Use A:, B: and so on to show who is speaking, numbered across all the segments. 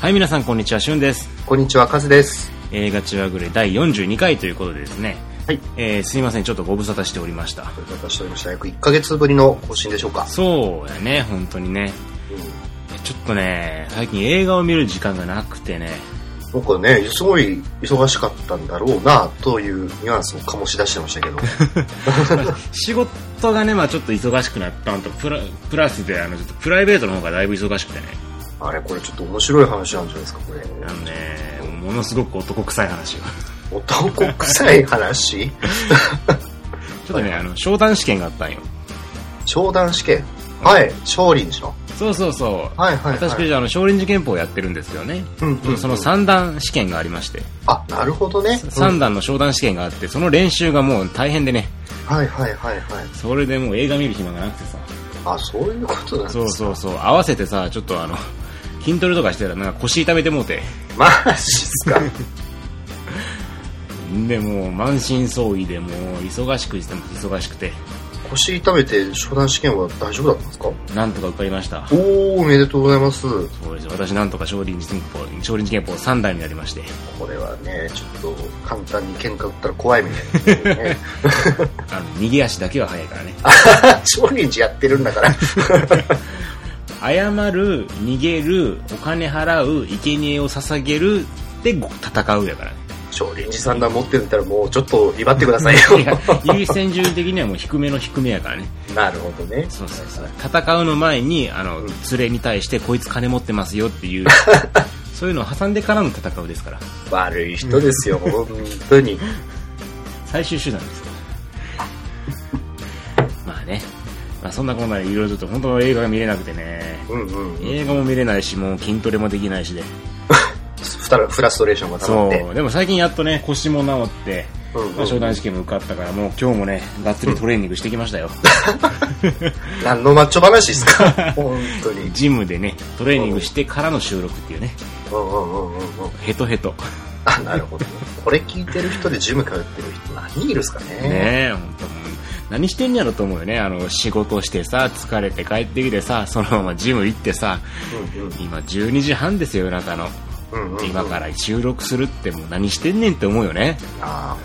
A: はい皆さんこんにちはしゅんです
B: こんにちは、カズです。
A: 映画チワグレ第42回ということでですね、
B: はい。
A: えー、すいませんちょっとご無沙汰しておりました
B: ご無沙汰しておりました。約1ヶ月ぶりの更新でしょうか。
A: そうやね本当にね
B: う
A: ちょっとね最近映画を見る時間がなくてね
B: ん。僕はね、すごい忙しかったんだろうな、というニュアンスを醸し出してましたけ ど。
A: 仕事がねまあちょっと忙しくなったのとプラプラスであのちょっとプライベートの方がだいぶ忙しくてね
B: あれ、これちょっと面白い話なんじゃないですか、これ。
A: あのねものすごく男臭い話を
B: 男臭い 話
A: ちょっとねあの商談試験があったんよ
B: 商談試験。はい。少林寺の。
A: そうそうそう
B: はいはい、はい。
A: 私あの少林寺拳法をやってるんですけどね、
B: うんうんうん
A: その3段試験がありまして
B: あ、なるほどね。
A: 3段の商談試験があってその練習がもう大変でね
B: うんはいはいはいはい。
A: それでもう映画見る暇がなくてさ
B: あ、そういうことなんです
A: そうそうそう合わせてさちょっとあの筋トレとかしてたらなんか腰痛めてもうて
B: マジっす か。
A: でもう満身創痍でもう忙しくしても忙しくて
B: 腰痛めて商談試験は大丈夫だったんですか
A: なんとか受かりました
B: おー、おめでとうございます。
A: そうです私なんとか少林寺拳法少林寺拳法3段になりまして
B: これはね、ちょっと簡単に喧嘩売ったら怖いみたいな、 ね。
A: あの右足だけは速いからね
B: 少林寺やってるんだから。
A: 謝る逃げるお金払う生贄を捧げるでご戦うやからね
B: 少林寺三段持ってるんだったらもうちょっと威張ってください
A: いや
B: よ。
A: 優先順位的にはもう低めの低めやからね
B: なるほどね。
A: そうそうそう戦うの前にあの連れに対してこいつ金持ってますよっていう そういうのを挟んでからの戦うですから
B: 悪い人ですよ、本当に。
A: 最終手段ですからまあね、まあ、そんなこんなでいろいろちょっと本当映画が見れなくてね
B: うんうん。
A: 映画も見れないしもう筋トレもできないしで
B: ふたらフラストレーションが溜ま
A: そ
B: って。
A: うでも最近やっとね腰も治って、
B: うんうん
A: まあ、商談試験も受かったからもう今日もねがっつりトレーニングしてきましたよ、
B: 何のマッチョ話で すか本当に。
A: ジムでねトレーニングしてからの収録っていうね
B: うんうんうんうんうん。
A: ヘトヘト
B: あ、なるほどね。これ聞いてる人でジム通ってる人何人いるっすかね。
A: ねえ本当もう何してんやろと思うよねあの仕事してさ疲れて帰ってきてさそのままジム行ってさ
B: うんうん
A: 今12時半ですよ夜中の
B: うんうんうん
A: 今から収録するってもう何してんねんって思うよね
B: あ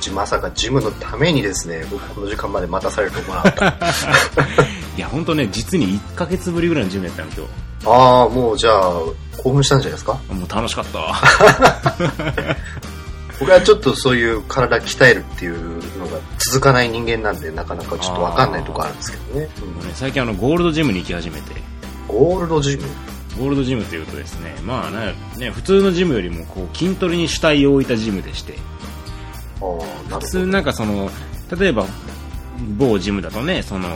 B: ーじまさかジムのためにですね、僕この時間まで待たされると思わなかった。
A: いや本当ね実に1ヶ月ぶりぐらいのジムやったの今
B: ああ、もうじゃあ、興奮したんじゃないですか
A: 日もう楽しかったわ
B: 僕はちょっとそういう体鍛えるっていうのが続かない人間なんで、なかなかちょっとわかんないとこあるんですけどね。
A: もうね最近あのゴールドジムに行き始めて
B: ゴールドジム
A: ゴールドジムというとですねまあねね普通のジムよりもこう筋トレに主体を置いたジムでして
B: ああ、な
A: 普
B: る
A: 通なんかその例えば某ジムだとねその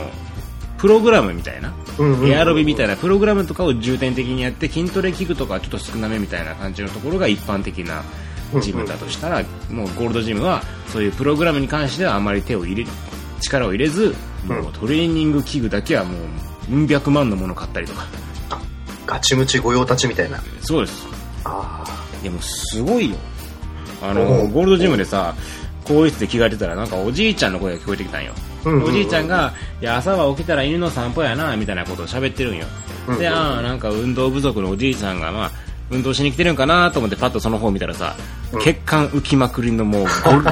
A: プログラムみたいな
B: ほどうんうん。
A: エアロビみた
B: い
A: いなプログラムとかを重点的にやって筋トレ器具とかはちょっと少なめみたいな感じのところが一般的なジムだとしたらもうゴールドジムはそういうプログラムに関してはあまり手を入れ力を入れずもうトレーニング器具だけはもううん百万のもの買ったりとか
B: ガチムチ御用達みたいな。
A: そうです
B: ああ。
A: いやもうすごいよあ
B: う
A: の
B: ん
A: ゴールドジムでさ更衣室で着替えてたらなんかおじいちゃんの声が聞こえてきたんよ
B: うんうんうん
A: おじいちゃんが「いや朝は起きたら犬の散歩やな」みたいなことを喋ってるんよ
B: うんうん
A: でああなんか運動不足のおじいさんがまあ運動しに来てるんかなと思ってパッとその方を見たらさ
B: うん
A: 血管浮きまくりのもう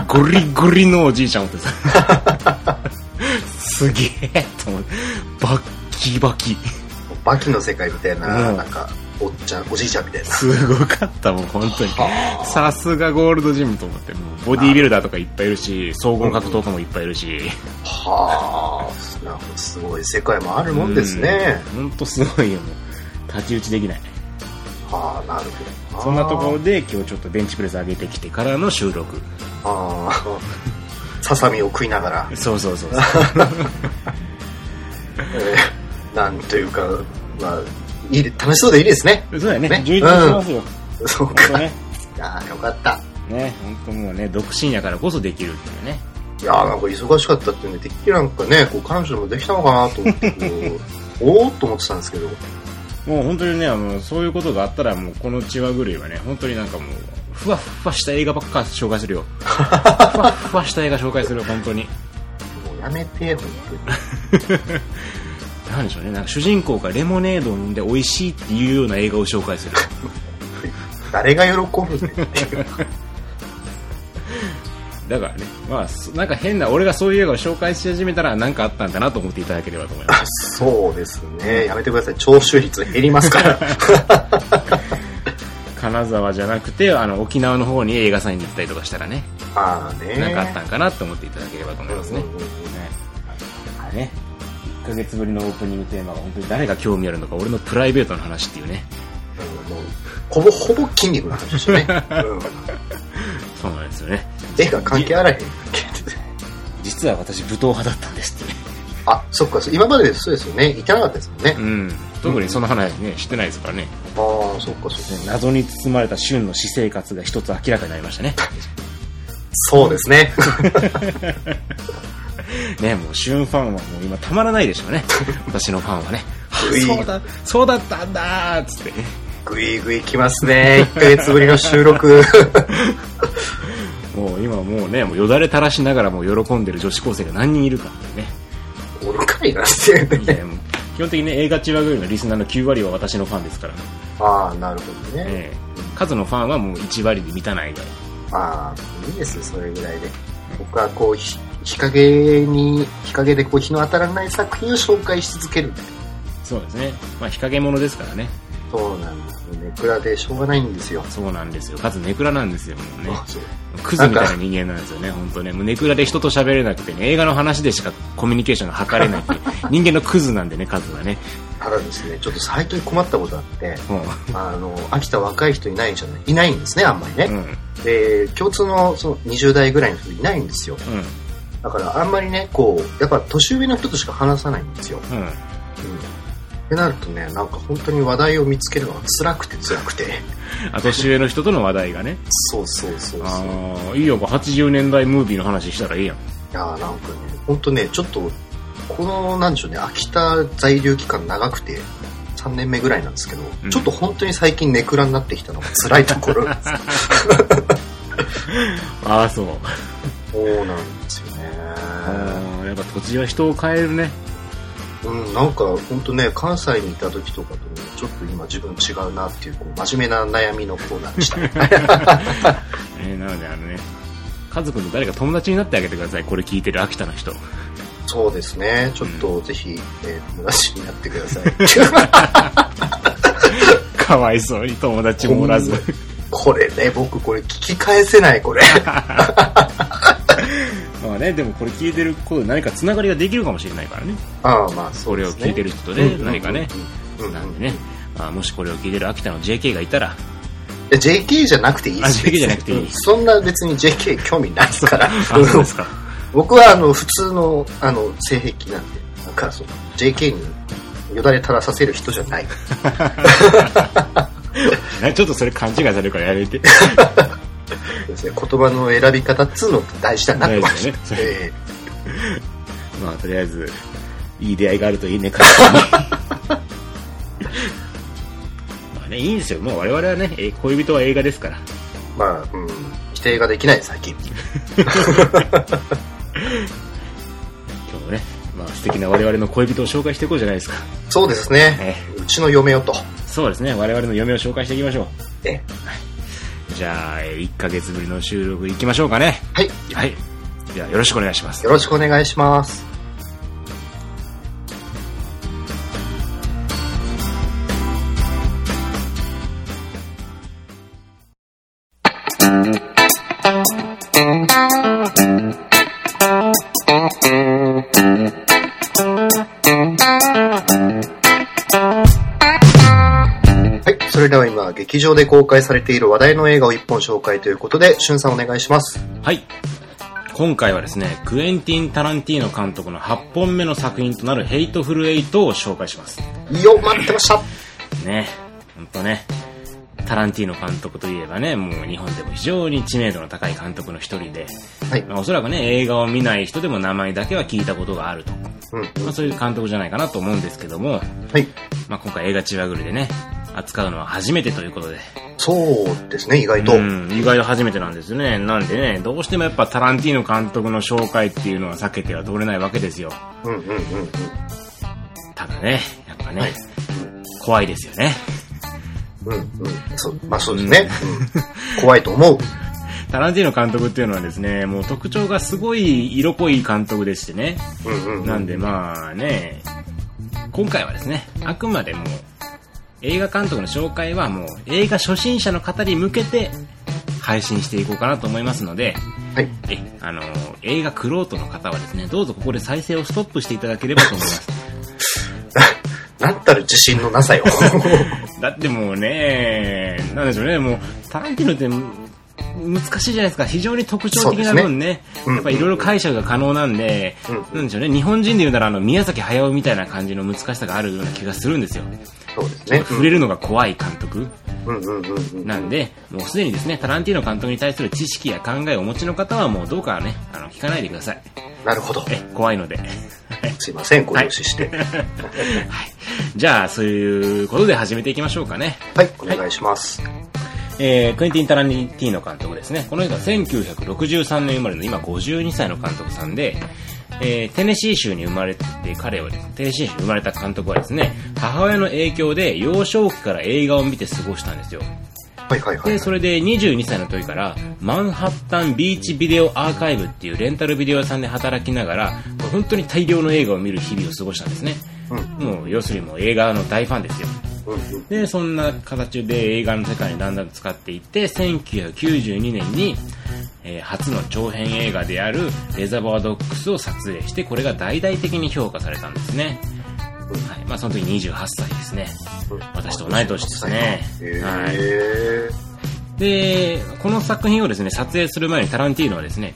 A: ゴリ ゴリゴリのおじいちゃんおってさ すげえと思ってバッキバキ
B: バキの世界みたいな、
A: うん
B: なんか、おっちゃん、おじいちゃんみたいな。
A: すごかったもん本当にさすがゴールドジムと思ってもうボディービルダーとかいっぱいいるし総合格闘家もいっぱいいるし
B: はあ。なんかすごい世界もあるもんですね。
A: 本当すごいよもう太刀打ちできない
B: ああ、なるほど。
A: そんなところで今日ちょっとベンチプレス上げてきてからの収録
B: ああ。 ささみを食いながら。
A: そうそうそう
B: えーなんというか、まあ、いい楽しそうでいいですね。
A: そうそうだね
B: ね
A: 充実しますよ、
B: そう
A: 本当
B: か。
A: ね
B: ああ、よかった。
A: ね本当もうね独身やからこそできるっていうね
B: いやーなんか忙しかったっていうんで、てっきりなんかね、こう彼女もできたのかなと思って、こう、 おおっと思ってたんですけど、
A: もう本当にねあのそういうことがあったらもうこのチワ狂いはね本当になんかもうふわっふわした映画ばっか紹介するよふわっふわした映画紹介するよ本当に
B: もうやめて、本当に。
A: なんでしょうねなんか主人公がレモネードを飲んで美味しいっていうような映画を紹介する
B: 誰が喜ぶねんって いう
A: だからね、まあ、そなんか変な、俺がそういう映画を紹介し始めたら、なんかあったんだなと思っていただければと思います。
B: そうですね。やめてください。聴取率減りま すから。
A: 金沢じゃなくて、あの、沖縄の方に映画祭に行ったりとかしたらね、
B: まあね。
A: なんかあったんかなと思っていただければと思いますね。
B: うんうんうん
A: はいね。1ヶ月ぶりのオープニングテーマが本当に誰が興味あるのか、俺のプライベートの話っていうね。
B: もうほぼほぼ筋肉の話でしょ ね。うん
A: そうなんですよね。
B: 絵が関係あらへんっけって
A: 実は私、武闘派だったんですってね。
B: あ、そっか、今までそうですよね。いてなかったですもんね。
A: うん。特にその話ね、してないですからね。
B: ああ、そっか、そっか。
A: 謎に包まれた旬の私生活が一つ明らかになりま したね。
B: そうですね。
A: ね、もう旬ファンはもう今たまらないでしょうね。私のフ ァンはね。
B: う
A: あ
B: い
A: そうだ、そうだったんだーっつってね。
B: ぐいぐい来ますね。1ヶ月ぶりの収録。
A: もう今もうね、もうよだれ垂らしながらもう喜んでる女子高生が何人いるかっていうね。
B: おるかいなっていうね。
A: いやもう基本的にね、映画チワグリのリスナーの9割は私のファンですから、ね
B: ああ、なるほどね。
A: え数のファンはもう1割に満たないぐらい。
B: ああ、いいですね、それぐらいで。僕はこう、ひ日陰に、日陰でこう、日の当たらない作品を紹介し続ける。
A: そうですね。まあ日陰者ですからね。
B: そうなんですよね。ネクラでしょうがないんですよ。
A: そうなんですよ。数ネクラなんですよ、もうね。
B: そう
A: クズみたいな人間なんですよね、本当ね。もうネクラで人と喋れなくてね、映画の話でしかコミュニケーションが図れないっていう人間のクズなんでね、数はね。
B: ただですね、ちょっと最近困ったことあって、
A: も
B: あの、秋田若い人いないじゃない、いないんですね、あんまり
A: う、うん、
B: ね。
A: うん。
B: で、共通のその20代ぐらいの人いないんですよ。だからあんまりね、こう、やっぱ年上の人としか話さないんですよ。
A: うん。
B: うん。ってなるとね、なんか本当に話題を見つけるのが辛くて辛くて。
A: あ、年上の人との話題がね。
B: そうそうそうそう。
A: ああ、いいよ、80年代ムービーの話したらいいやん。
B: いやーなんかね、本当ね、ちょっと、この、なんでしょうね、秋田在留期間長くて、3年目ぐらいなんですけど、
A: うん
B: ちょっと本当に最近ネクラになってきたのが辛いところなんですよ。
A: ああ、そう。
B: そうなんですよね。
A: ああ、やっぱ土地は人を変えるね。
B: うん、なんか本当ね、関西にいた時とかとね、ちょっと今自分違うなっていう、こう真面目な悩みのコーナ ーでした。
A: えー、なのであのね、家族の誰か友達になってあげてください、これ聞いてる秋田の人。
B: そうですね、ちょっとぜひ、えー友達になってください。
A: かわいそうに友達もおらず。
B: これね、僕これ聞き返せない、 これ。
A: まあね、でもこれ聞いてることで何かつながりができるかもしれないからね。
B: ああ、まあそ
A: こ
B: う
A: れ
B: で
A: を
B: すね。
A: 聞いてる人とね、何かね。
B: うん。うんうん
A: なんでね、まあ、もしこれを聞いてる秋田の JK がいたら、
B: いや JK じゃなくていいです
A: あ JK じゃなくていい
B: うん そんな別に JK 興味ないですから。
A: あ、そうですか。
B: 僕はあの普通のあの性癖なんで、なんかその JK によだれ垂らさせる人じゃない。
A: ねちょっとそれ勘違いされるからやめて。
B: ですね、言葉の選び方っつうのって大事だなって
A: 大
B: 思いま
A: 事
B: し
A: だね。そ
B: た。
A: れ
B: ええ
A: まあ、とりあえず、いい出会いがあるといいね、彼 にまあね、いいんですよ。もう我々はね、え恋人は映画ですから。
B: まあ、うん、否定ができない最近。
A: 今日もね、まあ素敵な我々の恋人を紹介していこうじゃないですか。
B: そうですね。
A: え
B: うちの嫁よと。
A: そうですね、我々の嫁を紹介していきましょう。
B: ええ
A: じゃあ、え1ヶ月ぶりの収録いきましょうかね。
B: はい。
A: はい。じゃあ、よろしくお願いします。
B: よろしくお願いします。はいそれでは今、劇場で公開されている話題の映画を一本紹介ということで、しゅんさんお願いします。
A: はい。今回はですね、クエンティン・タランティーノ監督の8本目の作品となるヘイトフルエイトを紹介します。
B: よ、待ってました
A: ね、ほんとね、タランティーノ監督といえばね、もう日本でも非常に知名度の高い監督の一人で、
B: はい。
A: まあおそらくね、映画を見ない人でも名前だけは聞いたことがあると。
B: うん。
A: まあ、そういう監督じゃないかなと思うんですけども、
B: はい。
A: まあ、今回映画チワグルでね、扱うのは初めてということで、
B: そうですね、意外と。
A: うん、意外と初めてなんですね。なんでね、どうしてもやっぱタランティーノ監督の紹介っていうのは避けては通れないわけですよ。
B: うんうんうんうん。
A: ただね、やっぱね、
B: はい
A: 怖いですよね。
B: うん、うん。そう、まあそうですね。うん、怖いと思う。
A: タランティーノ監督っていうのはですね、もう特徴がすごい色濃い監督でしてね。
B: うんうん、うん。
A: なんでまあね、今回はですね、あくまでも映画監督の紹介はもう映画初心者の方に向けて配信していこうかなと思いますので、
B: はい。
A: え、あの、映画クロートの方はですね、どうぞここで再生をストップしていただければと思います。
B: なったら自信の なさよ。
A: だってもうね、なんでしょうね、もう、タランティーノってむ難しいじゃないですか、非常に特徴的な分ね、
B: そうですね
A: やっぱいろいろ解釈が可能なんで、
B: う
A: なんでしょうね、日本人で言うならあの宮崎駿みたいな感じの難しさがあるような気がするんですよ。
B: そうですね。
A: 触れるのが怖い監督
B: うんうんうんうん。
A: なんで、もうすでにですね、タランティーノ監督に対する知識や考えをお持ちの方はもうどうかね、あの、聞かないでください。
B: なるほど。
A: え、怖いので。
B: すいません、ご了承して。
A: じゃあ、そういうことで始めていきましょうかね。
B: はい、お願いします。
A: えークエンティン・タランティーノ監督ですね。この人は1963年生まれの今52歳の監督さんで、えーテネシー州に生まれて、彼はですね、テネシー州に生まれた監督はですね、母親の影響で幼少期から映画を見て過ごしたんですよ。
B: はいはいはい。
A: で、それで22歳の時から、マンハッタンビーチビデオアーカイブっていうレンタルビデオ屋さんで働きながら、もう本当に大量の映画を見る日々を過ごしたんですね。
B: うん
A: もう、要するにもう映画の大ファンですよ。
B: うんうん。
A: で、そんな形で映画の世界にだんだん使っていって、1992年に、えー初の長編映画であるレザーバードックスを撮影して、これが大々的に評価されたんですね。はい。まあ、その時28歳ですね。私と同い年ですね
B: へ
A: はい
B: え。
A: で、この作品をですね、撮影する前にタランティーノはですね、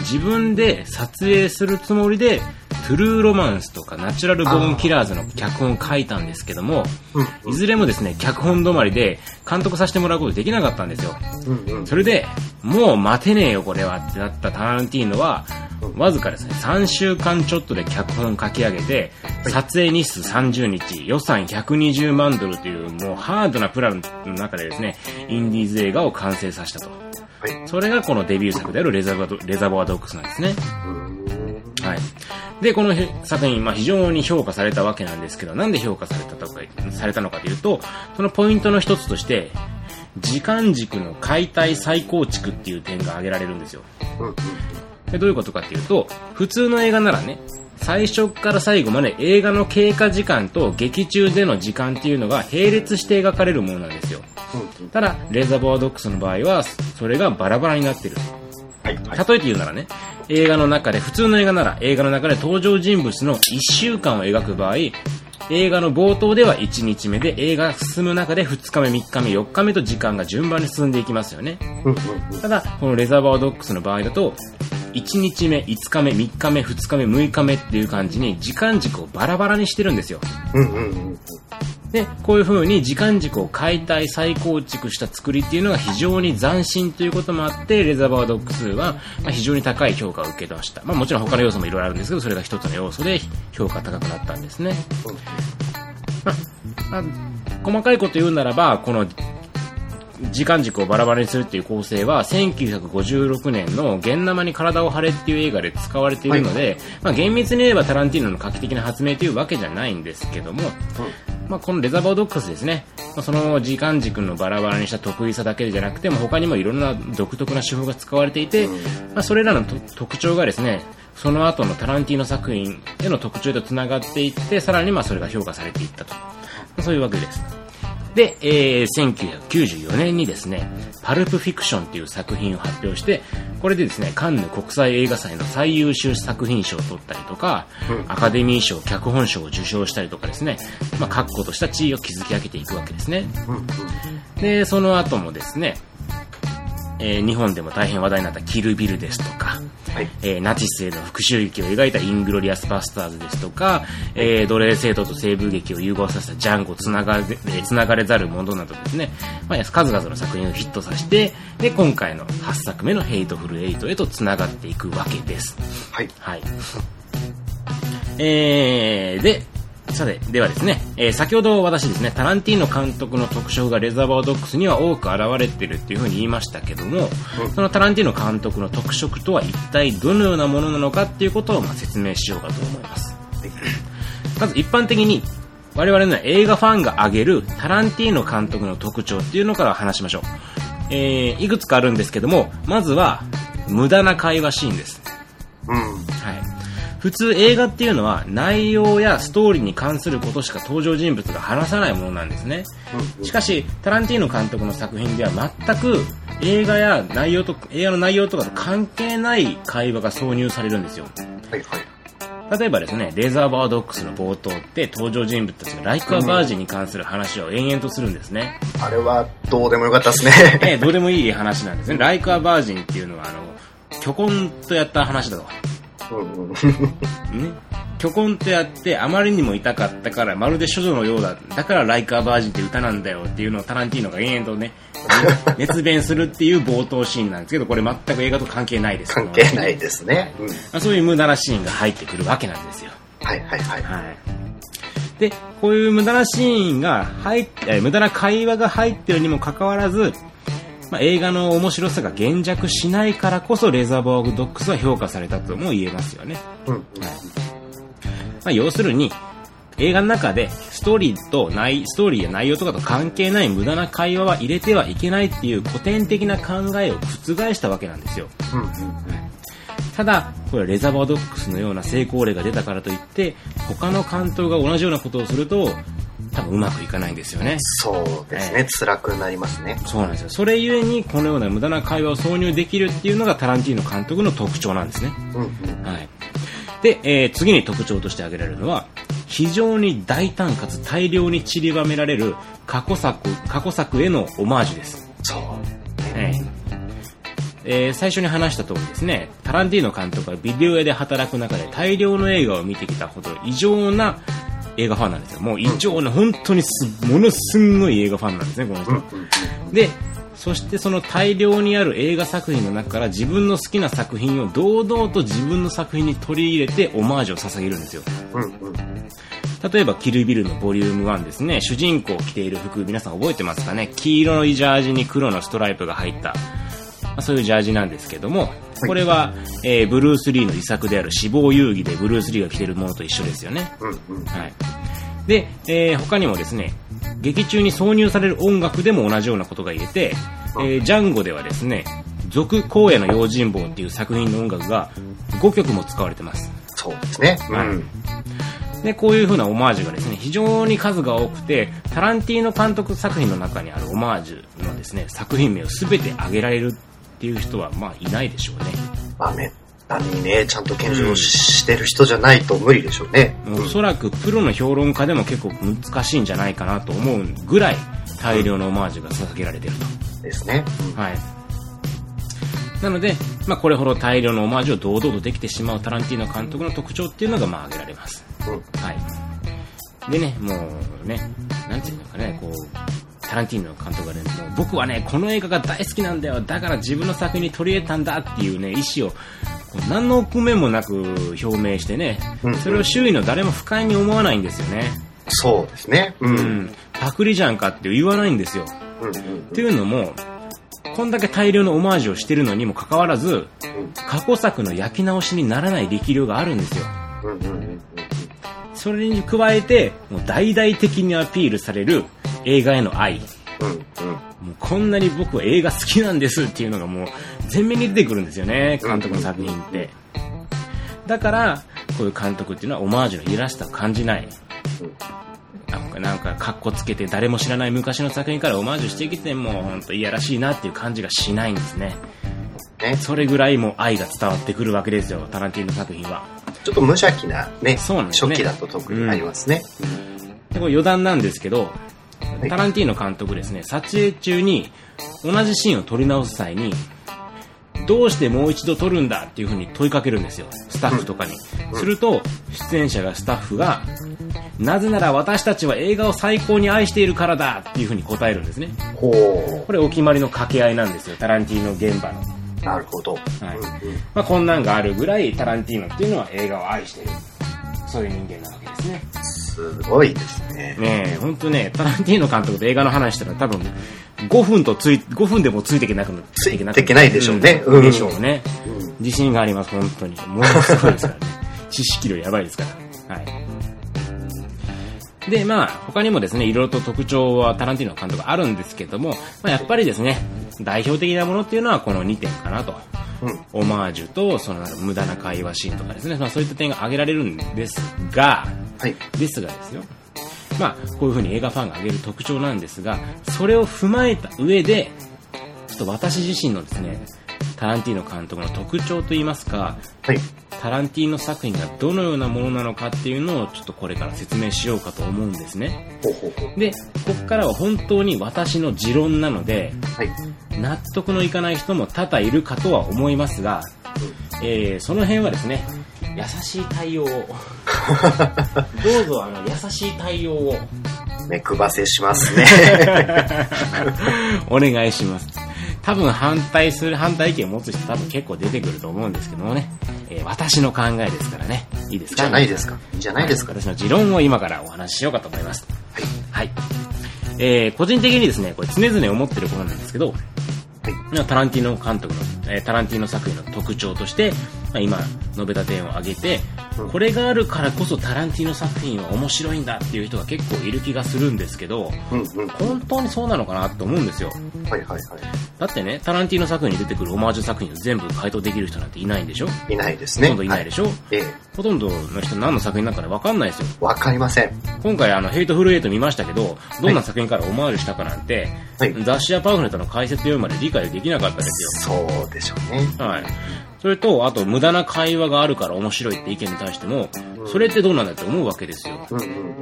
A: 自分で撮影するつもりで、トゥルーロマンスとかナチュラルボーンキラーズの脚本を書いたんですけども、
B: うん
A: いずれもですね、脚本止まりで監督させてもらうことできなかったんですよ。
B: うんうん。
A: それで、もう待てねえよこれはってなったタランティーノは、わずかですね、3週間ちょっとで脚本を書き上げて、撮影日数30日、予算120万ドルという、もうハードなプランの中でですね、インディーズ映画を完成させたと。
B: はい。
A: それがこのデビュー作であるレザーバードレザーバードックスなんですね。
B: うん
A: はい。で、このへ作品、まあ、非常に評価されたわけなんですけど、なんで評価されたとか、されたのかというと、そのポイントの一つとして、時間軸の解体再構築っていう点が挙げられるんですよ。
B: うんうん。
A: でどういうことかっていうと、普通の映画ならね、最初から最後まで映画の経過時間と劇中での時間っていうのが並列して描かれるものなんですよ。
B: うんうん。
A: ただ、レザーバードックスの場合は、それがバラバラになってる。
B: はいはい。
A: 例えて言うならね、映画の中で、普通の映画なら、映画の中で登場人物の1週間を描く場合、映画の冒頭では1日目で、映画が進む中で2日目、3日目、4日目と時間が順番に進んでいきますよね。
B: うんうん
A: ただ、このレザーバードックスの場合だと、1日目、5日目、3日目、2日目、6日目っていう感じに、時間軸をバラバラにしてるんですよ。
B: うん。うんうんうん。
A: で、こういう風に時間軸を解体、再構築した作りっていうのが非常に斬新ということもあって、レザーバードックスはまあ非常に高い評価を受けてました。まあもちろん他の要素もいろいろあるんですけど、それが一つの要素で評価高くなったんですね。まあ細かいこと言うならば、この時間軸をバラバラにするっていう構成は、1956年の「現生に体を張れ」っていう映画で使われているので、まあ厳密に言えばタランティーノの画期的な発明というわけじゃないんですけども、まあ、このレザーバードックスですね、まあ、その時間軸のバラバラにした得意さだけじゃなくても他にもいろんな独特な手法が使われていて、まあ、それらのと特徴がですねその後のタランティーノ作品への特徴とつながっていってさらにまあそれが評価されていったと、まあそういうわけですで、えー1994年にですね、パルプフィクションという作品を発表して、これでですね、カンヌ国際映画祭の最優秀作品賞を取ったりとか、アカデミー賞、脚本賞を受賞したりとかですね、まあ、確固とした地位を築き上げていくわけですね。
B: うんうん。
A: で、その後もですね、えー日本でも大変話題になったキルビルですとか、
B: はい。
A: えーナチスへの復讐劇を描いたイングロリアス・バスターズですとか、えー奴隷制度と西部劇を融合させたジャンゴつながれ、えーつながれざるものなどですね、まあ、数々の作品をヒットさせて、で、今回の8作目のヘイトフルエイトへとつながっていくわけです。
B: はい。
A: はい。えー、で、さて、ではですね、えー先ほど私ですね、タランティーノ監督の特徴がレザーバードックスには多く現れてるっていうふうに言いましたけども、そのタランティーノ監督の特色とは一体どのようなものなのかっていうことをまあ説明しようかと思います。まず一般的に我々の映画ファンが挙げるタランティーノ監督の特徴っていうのから話しましょう。えー、いくつかあるんですけども、まずは、無駄な会話シーンです。
B: うん。
A: はい。普通映画っていうのは内容やストーリーに関することしか登場人物が話さないものなんですね。しかし、タランティーノ監督の作品では全く映画や内容と、映画の内容とかと関係ない会話が挿入されるんですよ。
B: はいはい。
A: 例えばですね、レーザーバードックスの冒頭って登場人物たちがライクアバージンに関する話を延々とするんですね。
B: あれはどうでもよかった ですね。
A: ええどうでもいい話なんですね。ライクアバージンっていうのは、あの、虚婚とやった話だと。
B: うんうん。
A: ね、巨根とやってあまりにも痛かったからまるで処女のようだだから「ライカーバージン」って歌なんだよっていうのをタランティーノが延々と ね熱弁するっていう冒頭シーンなんですけどこれ全く映画と関係ないです
B: 関係ないですね。うん。
A: まあそういう無駄なシーンが入ってくるわけなんですよ
B: はいはいはい。
A: はいでこういう無駄なシーンが入っえー無駄な会話が入ってるにもかかわらずまあ、映画の面白さが減弱しないからこそレザーバードックスは評価されたとも言えますよね。
B: うんうん。
A: まあ、要するに映画の中でストーリーと内ストーリーや内容とかと関係ない無駄な会話は入れてはいけないっていう古典的な考えを覆したわけなんですよ
B: うんうん。
A: ただこれレザーバードックスのような成功例が出たからといって他の監督が同じようなことをすると多分うまくいかないんですよね
B: そうですね。辛くなりますね。
A: そうなんですよそれゆえにこのような無駄な会話を挿入できるっていうのがタランティーノ監督の特徴なんですね
B: うんうん。
A: はい。で、えー次に特徴として挙げられるのは、非常に大胆かつ大量に散りばめられる過去作、過去作へのオマージュです。
B: そう。
A: はい。えー最初に話した通りですね、タランティーノ監督はビデオ屋で働く中で大量の映画を見てきたほど異常な映画ファンなんですよ。もう異常な、本当にす、ものすんごい映画ファンなんですね、この人。
B: うんうん。
A: でそしてその大量にある映画作品の中から自分の好きな作品を堂々と自分の作品に取り入れてオマージュを捧げるんですよ
B: うんうん。
A: 例えば「キルビル」のボリューム1ですね主人公を着ている服皆さん覚えてますかね黄色のジャージに黒のストライプが入った、まあそういうジャージなんですけどもこれは、えーブルース・リーの遺作である「死亡遊戯」でブルース・リーが着ているものと一緒ですよね
B: うんうん。
A: はい。で、えー他にもですね、劇中に挿入される音楽でも同じようなことが言えて、えージャンゴではですね、俗荒野の用心棒っていう作品の音楽が5曲も使われてます。
B: そうですね。う
A: はい
B: ん。
A: で、こういう風なオマージュがですね、非常に数が多くて、タランティーノ監督作品の中にあるオマージュのですね、作品名を全て挙げられるっていう人は、まあ、いないでしょうね。
B: まあ、めったにね、ちゃんと検証ししてる人じゃないと無理でしょうね。
A: おそらくプロの評論家でも結構難しいんじゃないかなと思うぐらい大量のオマージュが捧げられてる
B: ですね。
A: と。はい。なので、まあ、これほど大量のオマージュを堂々とできてしまうタランティーノ監督の特徴っていうのがまあ挙げられます。
B: うん。うん。
A: はい。でね、もうね、なんていうのかね、こう、タランティーノ監督がね、もう僕はね、この映画が大好きなんだよ、だから自分の作品に取り入れたんだっていうね、意思を、こう何の奥面もなく表明してね
B: うん、
A: それを周囲の誰も不快に思わないんですよね。
B: そうですね。うん。う
A: うんん。パクリじゃんかって言わないんですよ。
B: うん
A: っていうのも、こんだけ大量のオマージュをしてるのにもかかわらず、
B: うん
A: 過去作の焼き直しにならない力量があるんですよ。
B: うんうんうん
A: それに加えて、もう大々的にアピールされる映画への愛。
B: うんうん
A: もうこんなに僕は映画好きなんですっていうのがもう全面に出てくるんですよね、監督の作品って。だから、こういう監督っていうのはオマージュのいらしさを感じない。なんか、なんか、格好つけて誰も知らない昔の作品からオマージュしてきても、ほんといやらしいなっていう感じがしないんですね。
B: ね、
A: それぐらいもう愛が伝わってくるわけですよ、タランティーノ作品は。
B: ちょっと無邪気なね、
A: そうなんですね
B: 初期だと特にありますね。
A: でこれ余談なんですけど、
B: い
A: タランティーノ監督ですね、撮影中に同じシーンを撮り直す際に、どうしてもう一度撮るんだっていうふうに問いかけるんですよ、スタッフとかに。すると、出演者がスタッフが、なぜなら私たちは映画を最高に愛しているからだっていうふうに答えるんですね。
B: ほう
A: これお決まりの掛け合いなんですよ、タランティーノ現場の。
B: なるほど。
A: はい
B: うんうん
A: まあ、こんなんがあるぐらいタランティーノっていうのは映画を愛している。そういう人間なわけですね。
B: すごいですね。
A: ねえ、ほんとね、タランティーノ監督と映画の話したら多分、5分とつい、5分でもついていけなくなつい
B: ついていけないでしょうね
A: うん
B: うん
A: でしょうね。
B: うん
A: 自信があります、本当に。ものすごいですからね。知識量やばいですから。はい。で、まあ、他にもですね、いろいろと特徴はタランティーノ監督あるんですけども、まあ、やっぱりですね、代表的なものっていうのはこの2点かなと。
B: うん。
A: オマージュと、そのなんか無駄な会話シーンとかですね、まあそういった点が挙げられるんですが、
B: はい。
A: ですがですよ、まあ、こういう風に映画ファンが挙げる特徴なんですが、それを踏まえた上で、ちょっと私自身のですね、タランティーノ監督の特徴といいますか、
B: はい。
A: タランティーノ作品がどのようなものなのかっていうのをちょっとこれから説明しようかと思うんですね。
B: ほうほうほう。
A: で、ここからは本当に私の持論なので、
B: はい。
A: 納得のいかない人も多々いるかとは思いますが、えーその辺はですね、優しい対応 を。どうぞあの優しい対応を
B: 目くばせしますね。
A: お願いします。多分反対する、反対意見を持つ人多分結構出てくると思うんですけどもね、えー私の考えですからね、いいです
B: じ
A: か
B: ゃないですか。じゃないですか。
A: 私の持論を今からお話ししようかと思います。はい。えー、個人的にですね、これ常々思ってることなんですけど、タランティーノ監督の、えータランティーノ作品の特徴として、まあ、今述べた点を挙げて
B: うん、
A: これがあるからこそタランティーノ作品は面白いんだっていう人が結構いる気がするんですけど、
B: うんうん。は
A: 本当にそうなのかなと思うんですよ。
B: いはいは
A: だってね、タランティーノ作品に出てくるオマージュ作品を全部回答できる人なんていないんでしょ
B: い。いないです
A: ほ
B: ね。
A: とんどいないでしょ、
B: ええ
A: ほとんどの人何の作品なんかわかんないですよ。
B: わかりません。
A: 今回あの、ヘイトフルエイト見ましたけど、どんな作品からオマージュしたかなんて、
B: はい
A: 雑誌やパンフレットの解説読むまで理解できなかったですよ。
B: そうでしょうね。
A: はい。それと、あと、無駄な会話があるから面白いって意見に対しても
B: う、ん
A: それってどうなんだって思うわけですよ。
B: うんうんうん。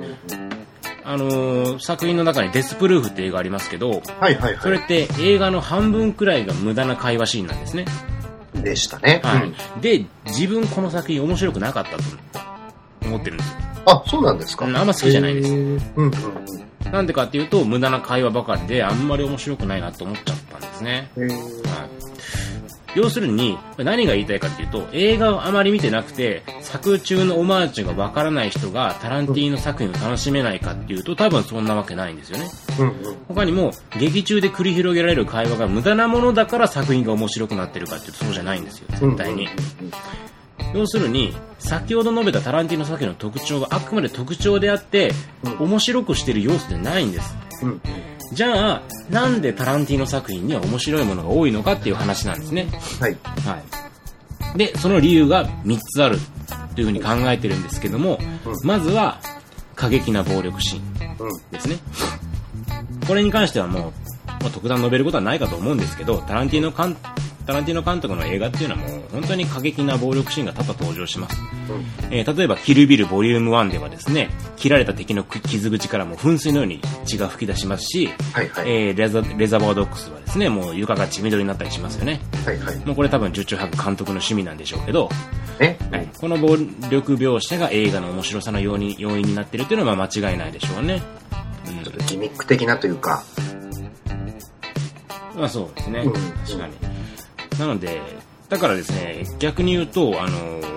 A: あのー作品の中にデスプルーフって映画ありますけど、
B: はいはい
A: それ
B: は
A: って映画の半分くらいが無駄な会話シーンなんですね。
B: い。でしたね。
A: は
B: うん
A: い。で、自分この作品面白くなかったと思ってるんですよ。
B: あ、そうなんですか。
A: うんあんま好きじゃないです
B: へえうんうん
A: なんでかっていうと、無駄な会話ばかりであんまり面白くないなと思っちゃったんですね。
B: うん。へ
A: はい要するに、何が言いたいかっていうと、映画をあまり見てなくて、作中のオマージュがわからない人がタランティーノ作品を楽しめないかっていうと、多分そんなわけないんですよね。
B: えうんうん。
A: 他にも、劇中で繰り広げられる会話が無駄なものだから作品が面白くなってるかっていうと、そうじゃないんですよ、絶対に。要するに、先ほど述べたタランティーノ作品の特徴はあくまで特徴であって、
B: うん
A: 面白くしてる要素でないんです。
B: うんうん。
A: じゃあ、なんでタランティーノ作品には面白いものが多いのかっていう話なんですね。
B: はい。
A: はい。で、その理由が3つあるというふうに考えてるんですけども、
B: う
A: まずは、過激な暴力シーン
B: うん。
A: ですね。これに関してはもう、まあ特段述べることはないかと思うんですけど、タランティーノ監タランティーノ監督の映画っていうのはもう本当に過激な暴力シーンが多々登場します。
B: うん
A: えー例えば、キルビルボリューム1ではですね、切られた敵の傷口からもう噴水のように血が噴き出しますし、
B: はいはい。
A: えーレザレザーバードックスはですね、もう床が血緑になったりしますよね。
B: はいはい。
A: もうこれ多分、十中八九監督の趣味なんでしょうけど、
B: ね。
A: この暴力描写が映画の面白さの要因要因になってるっていうのはまあ間違いないでしょうね。
B: ちょっとギミック的なというか。
A: まあそうですね。
B: うん
A: 確かに。なので、だからですね、逆に言うと、あのー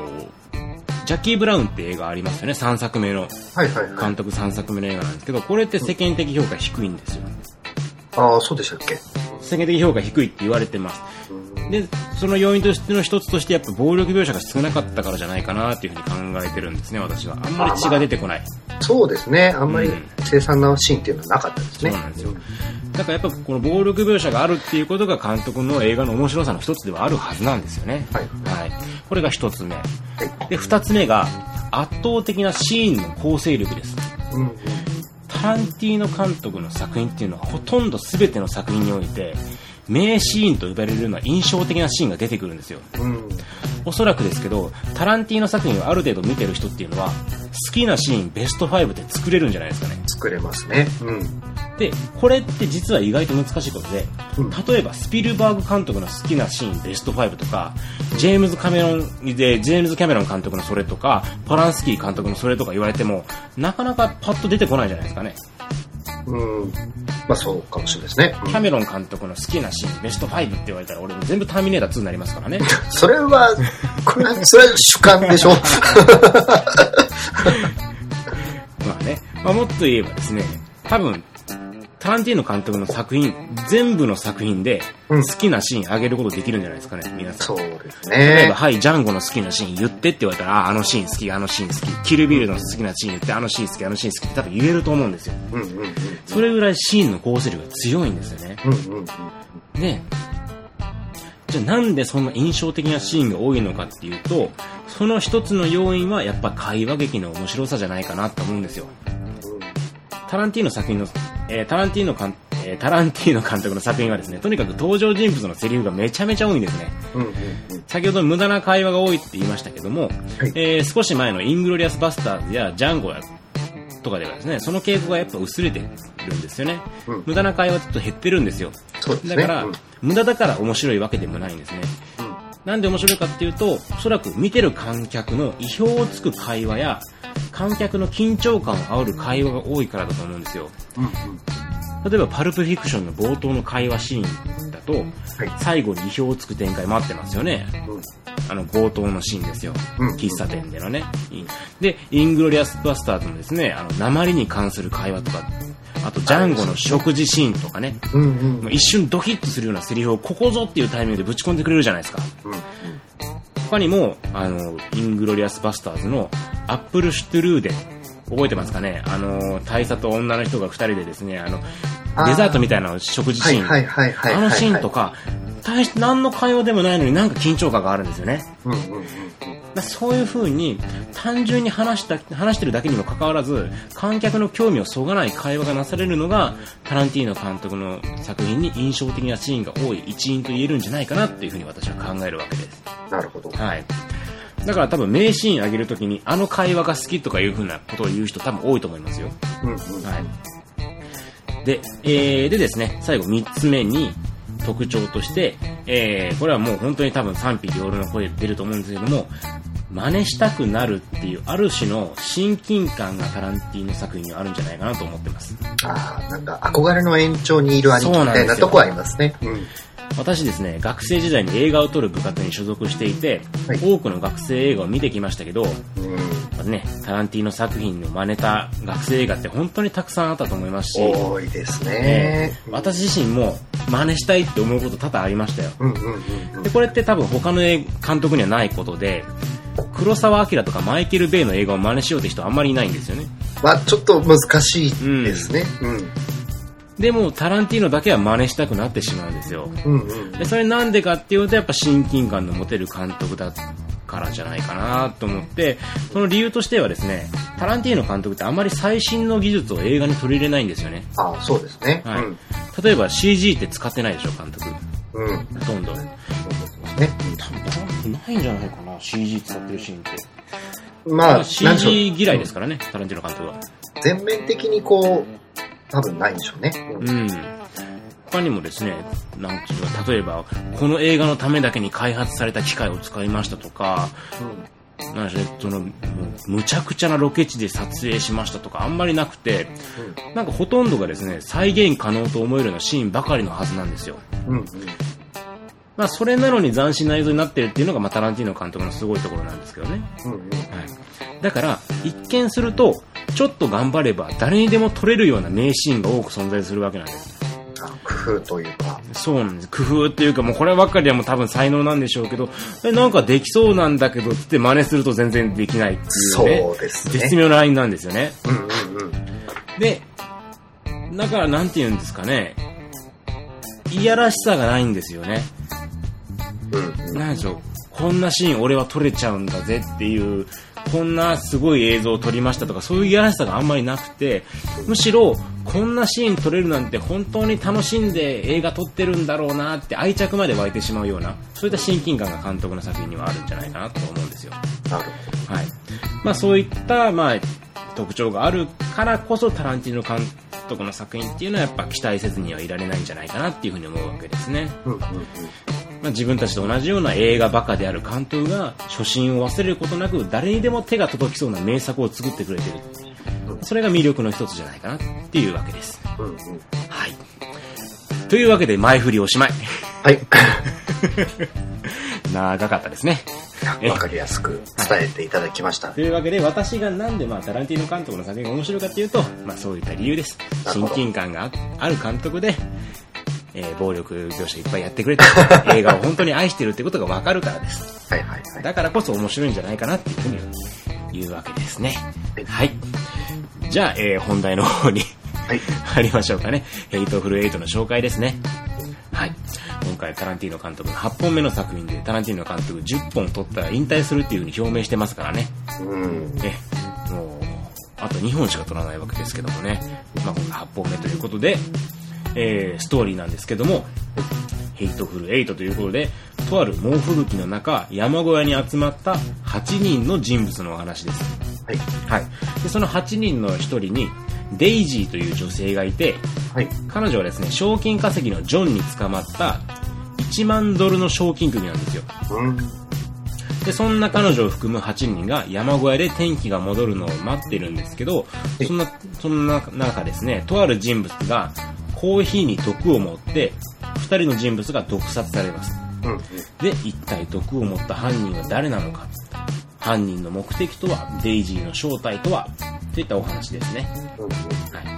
A: ジャッキー・ブラウンって映画ありますよね、3作目の。
B: はいはいはい
A: 監。督3作目の映画なんですけど、これって世間的評価低いんですよ。
B: ああ、そうでしたっけ。
A: 世間的評価低いって言われてます。でその要因としての一つとしてやっぱ暴力描写が少なかったからじゃないかなっていうふうに考えてるんですね私はあんまり血が出てこない
B: そうですね。あんまり
A: うん
B: 凄惨なシーンっていうのはなかったです
A: そう
B: ね。
A: なんですよだからやっぱこの暴力描写があるっていうことが監督の映画の面白さの一つではあるはずなんですよね
B: はい
A: はい、これが一つ目
B: はい。
A: で二つ目が圧倒的なシーンの構成力です
B: うんうん。
A: タランティーノ監督の作品っていうのはほとんど全ての作品において名シーンと呼ばれるような印象的なシーンが出てくるんですよ
B: うん。
A: おそらくですけど、タランティーノ作品をある程度見てる人っていうのは、好きなシーンベスト5で作れるんじゃないですかね。
B: 作れますね。うん。
A: で、これって実は意外と難しいことで
B: うん、
A: 例えばスピルバーグ監督の好きなシーンベスト5とか、ジェームズ・カメロン、で、ジェームズ・キャメロン監督のそれとか、ポランスキー監督のそれとか言われても、なかなかパッと出てこないじゃないですかね。
B: うん。まあそうかもしれないですね。
A: キャメロン監督の好きなシーンベスト5って言われたら、俺も全部ターミネーター2になりますからね。
B: それ は、これは、それは主観でしょ
A: まあね、まあ、もっと言えばですね、多分、タタランティーノ監督の作品、全部の作品で、
B: うん
A: 好きなシーンあげることできるんじゃないですかね、皆さ
B: そ
A: ん。
B: うです
A: 例え
B: ね
A: ば、。はい、ジャンゴの好きなシーン言ってって言われたら、あ、あのシーン好き、あのシーン好き、キルビルの好きなシーン言って、あのシーン好き、あのシーン好きって多分言えると思うんですよ。
B: うんうんうん。
A: それぐらいシーンの構成力が強いんですよね。
B: うんうんうん。
A: で、じゃあなんでそんな印象的なシーンが多いのかっていうと、その一つの要因はやっぱ会話劇の面白さじゃないかなと思うんですよ。タランティーノ作品の、えータランティーノ監、えータランティーノ監督の作品はですね、とにかく登場人物のセリフがめちゃめちゃ多いんですね。
B: うんうんうん。
A: 先ほど無駄な会話が多いって言いましたけども、
B: はい
A: えー少し前のイングロリアスバスターズやジャンゴやとかではですね、その傾向がやっぱ薄れてるんですよね。
B: うん
A: 無駄な会話ちょっと減ってるんですよ。
B: そうですね。
A: だから、
B: うん
A: 無駄だから面白いわけでもないんですね。なんで面白いかっていうと、おそらく見てる観客の意表をつく会話や、観客の緊張感を煽る会話が多いからだと思うんですよ。
B: うんうん。
A: 例えば、パルプフィクションの冒頭の会話シーンだと、
B: はい。
A: 最後に意表をつく展開待ってますよね。
B: うん
A: あの、冒頭のシーンですよ。
B: うん
A: 喫茶店でのね。で、イングロリアスバスターズのですね、あの、鉛に関する会話とか、あと、ジャンゴの食事シーンとかね、
B: うんうん
A: もう一瞬ドキッとするようなセリフをここぞっていうタイミングでぶち込んでくれるじゃないですか。
B: うんうん。
A: 他にも、あの、イングロリアスバスターズのアップルシュトゥルーデン。覚えてますかねあの、大佐と女の人が二人でですね、あの
B: あ、ー
A: デザートみたいな食事
B: は
A: シ
B: い
A: ーン。
B: はいはいはい。
A: あのシーンと。か、大して何の会話でもないのになんか緊張感があるんですよね。
B: うんうんうんうん。
A: まあそういう風に、単純に話した、話してるだけにもかかわらず、観客の興味をそがない会話がなされるのが、タランティーノ監督の作品に印象的なシーンが多い一因と言えるんじゃないかなっていう風に私は考えるわけです。
B: なるほど。
A: はい。だから多分名シーンあげるときに、あの会話が好きとかいう風なことを言う人多分多いと思いますよ。
B: うんうん。
A: はい。で、えー、でですね、最後3つ目に特徴として、えー、これはもう本当に多分賛否両論の声出ると思うんですけども、真似したくなるっていうある種の親近感がタランティーノ作品にはあるんじゃないかなと思ってます。
B: ああ、なんか憧れの延長にいる兄貴みたいなとこありますね。うん。
A: 私ですね、学生時代に映画を撮る部活に所属していて、
B: はい
A: 多くの学生映画を見てきましたけど、
B: うん。
A: まあね、タランティーノ作品の真似た学生映画って本当にたくさんあったと思いますし、
B: 多いです
A: え
B: ね。
A: ー私自身も真似したいって思うこと多々ありましたよ。
B: うんうんうんうん
A: で、。これって多分他の映画監督にはないことで、黒澤明とかマイケル・ベイの映画を真似しようって人あんまりいないんですよね。
B: まあちょっと難しいですね。うん。
A: でも、タランティーノだけは真似したくなってしまうんですよ。
B: うんうん。
A: で、それなんでかっていうと、やっぱ親近感の持てる監督だからじゃないかなと思って、その理由としてはですね、タランティーノ監督ってあんまり最新の技術を映画に取り入れないんですよね。
B: ああ、そうですね。
A: はい
B: うん。
A: 例えば CG って使ってないでしょ、監督。
B: うん。
A: ほとんど。
B: ね。
A: ないんじゃないかな、CG 使ってるシーンって。
B: まあ、なんでしょう
A: CG 嫌いですからね、タランティーノ監督は。
B: 全面的にこう、多分ないんでしょうね。
A: うん。他にもですね、なんていうか、例えば、この映画のためだけに開発された機械を使いましたとか、なんでしょうね、その、もうむちゃくちゃなロケ地で撮影しましたとか、あんまりなくて、なんかほとんどがですね、再現可能と思えるようなシーンばかりのはずなんですよ。
B: うん。うん。
A: まあ、それなのに斬新な映像になってるっていうのが、まあ、タランティーノ監督のすごいところなんですけどね。
B: うん。うん。
A: はい、だから一見するとちょっと頑張れば誰にでも撮れるような名シーンが多く存在するわけなんです
B: あ工夫というか。
A: そうなんです工夫っていうかもうこればっかりはもう多分才能なんでしょうけどえなんかできそうなんだけどって真似すると全然できないっていうね
B: そうです
A: 絶
B: ね。
A: 妙なラインなんですよね
B: うんうんうん。
A: でだからなんて言うんですかねいやらしさがないんですよね
B: うんうん。
A: なんでしょう、こんなシーン俺は撮れちゃうんだぜっていう、こんなすごい映像を撮りましたとか、そういういやらしさがあんまりなくて、むしろ、こんなシーン撮れるなんて本当に楽しんで映画撮ってるんだろうなって愛着まで湧いてしまうような、そういった親近感が監督の作品にはあるんじゃないかなと思うんですよ。
B: なる
A: はい。まあそういった、まあ、特徴があるからこそタランティーノ監督の作品っていうのはやっぱ期待せずにはいられないんじゃないかなっていうふうに思うわけですね。
B: ほど。うんうんうん。
A: まあ、自分たちと同じような映画バカである監督が初心を忘れることなく誰にでも手が届きそうな名作を作ってくれてるそれが魅力の一つじゃないかなっていうわけです
B: うんうん。
A: はいというわけで前振りおしまい
B: はい。
A: 長かったですねえ
B: わかりやすく伝えていただきました。
A: というわけで私がなんで、まあ、タランティーノ監督の作品が面白いかっていうと、まあ、そういった理由です
B: なるほ
A: 親
B: ど
A: 近感があある監督で、えー暴力描写いっぱいやってくれて映画を本当に愛してるってことが分かるからです
B: はいはいはい。
A: だからこそ面白いんじゃないかなっていうふうに言うわけですねはいじゃあ、えー本題の方に
B: はい。
A: 入りましょうかね「ヘイトフルエイトの紹介ですねはい今回タランティーノ監督の8本目の作品でタランティーノ監督10本撮ったら引退するっていうふうに表明してますからね
B: うん。
A: ね、もう、あと2本しか取らないわけですけどもね、まあ、こんな8本目ということで、えーストーリーなんですけども、ヘイトフルエイトということで、とある猛吹雪の中、山小屋に集まった8人の人物のお話です。
B: はい。
A: はい。で、その8人の1人に、デイジーという女性がいて、
B: はい。
A: 彼女はですね、賞金稼ぎのジョンに捕まった1万ドルの賞金首なんですよ。
B: うん。
A: でそんな彼女を含む8人が山小屋で天気が戻るのを待ってるんですけどそんなそんな中ですねとある人物がコーヒーに毒を持って2人の人物が毒殺されます
B: うん。
A: で一体毒を持った犯人は誰なのか犯人の目的とはデイジーの正体とはといったお話ですね、
B: うん。
A: はい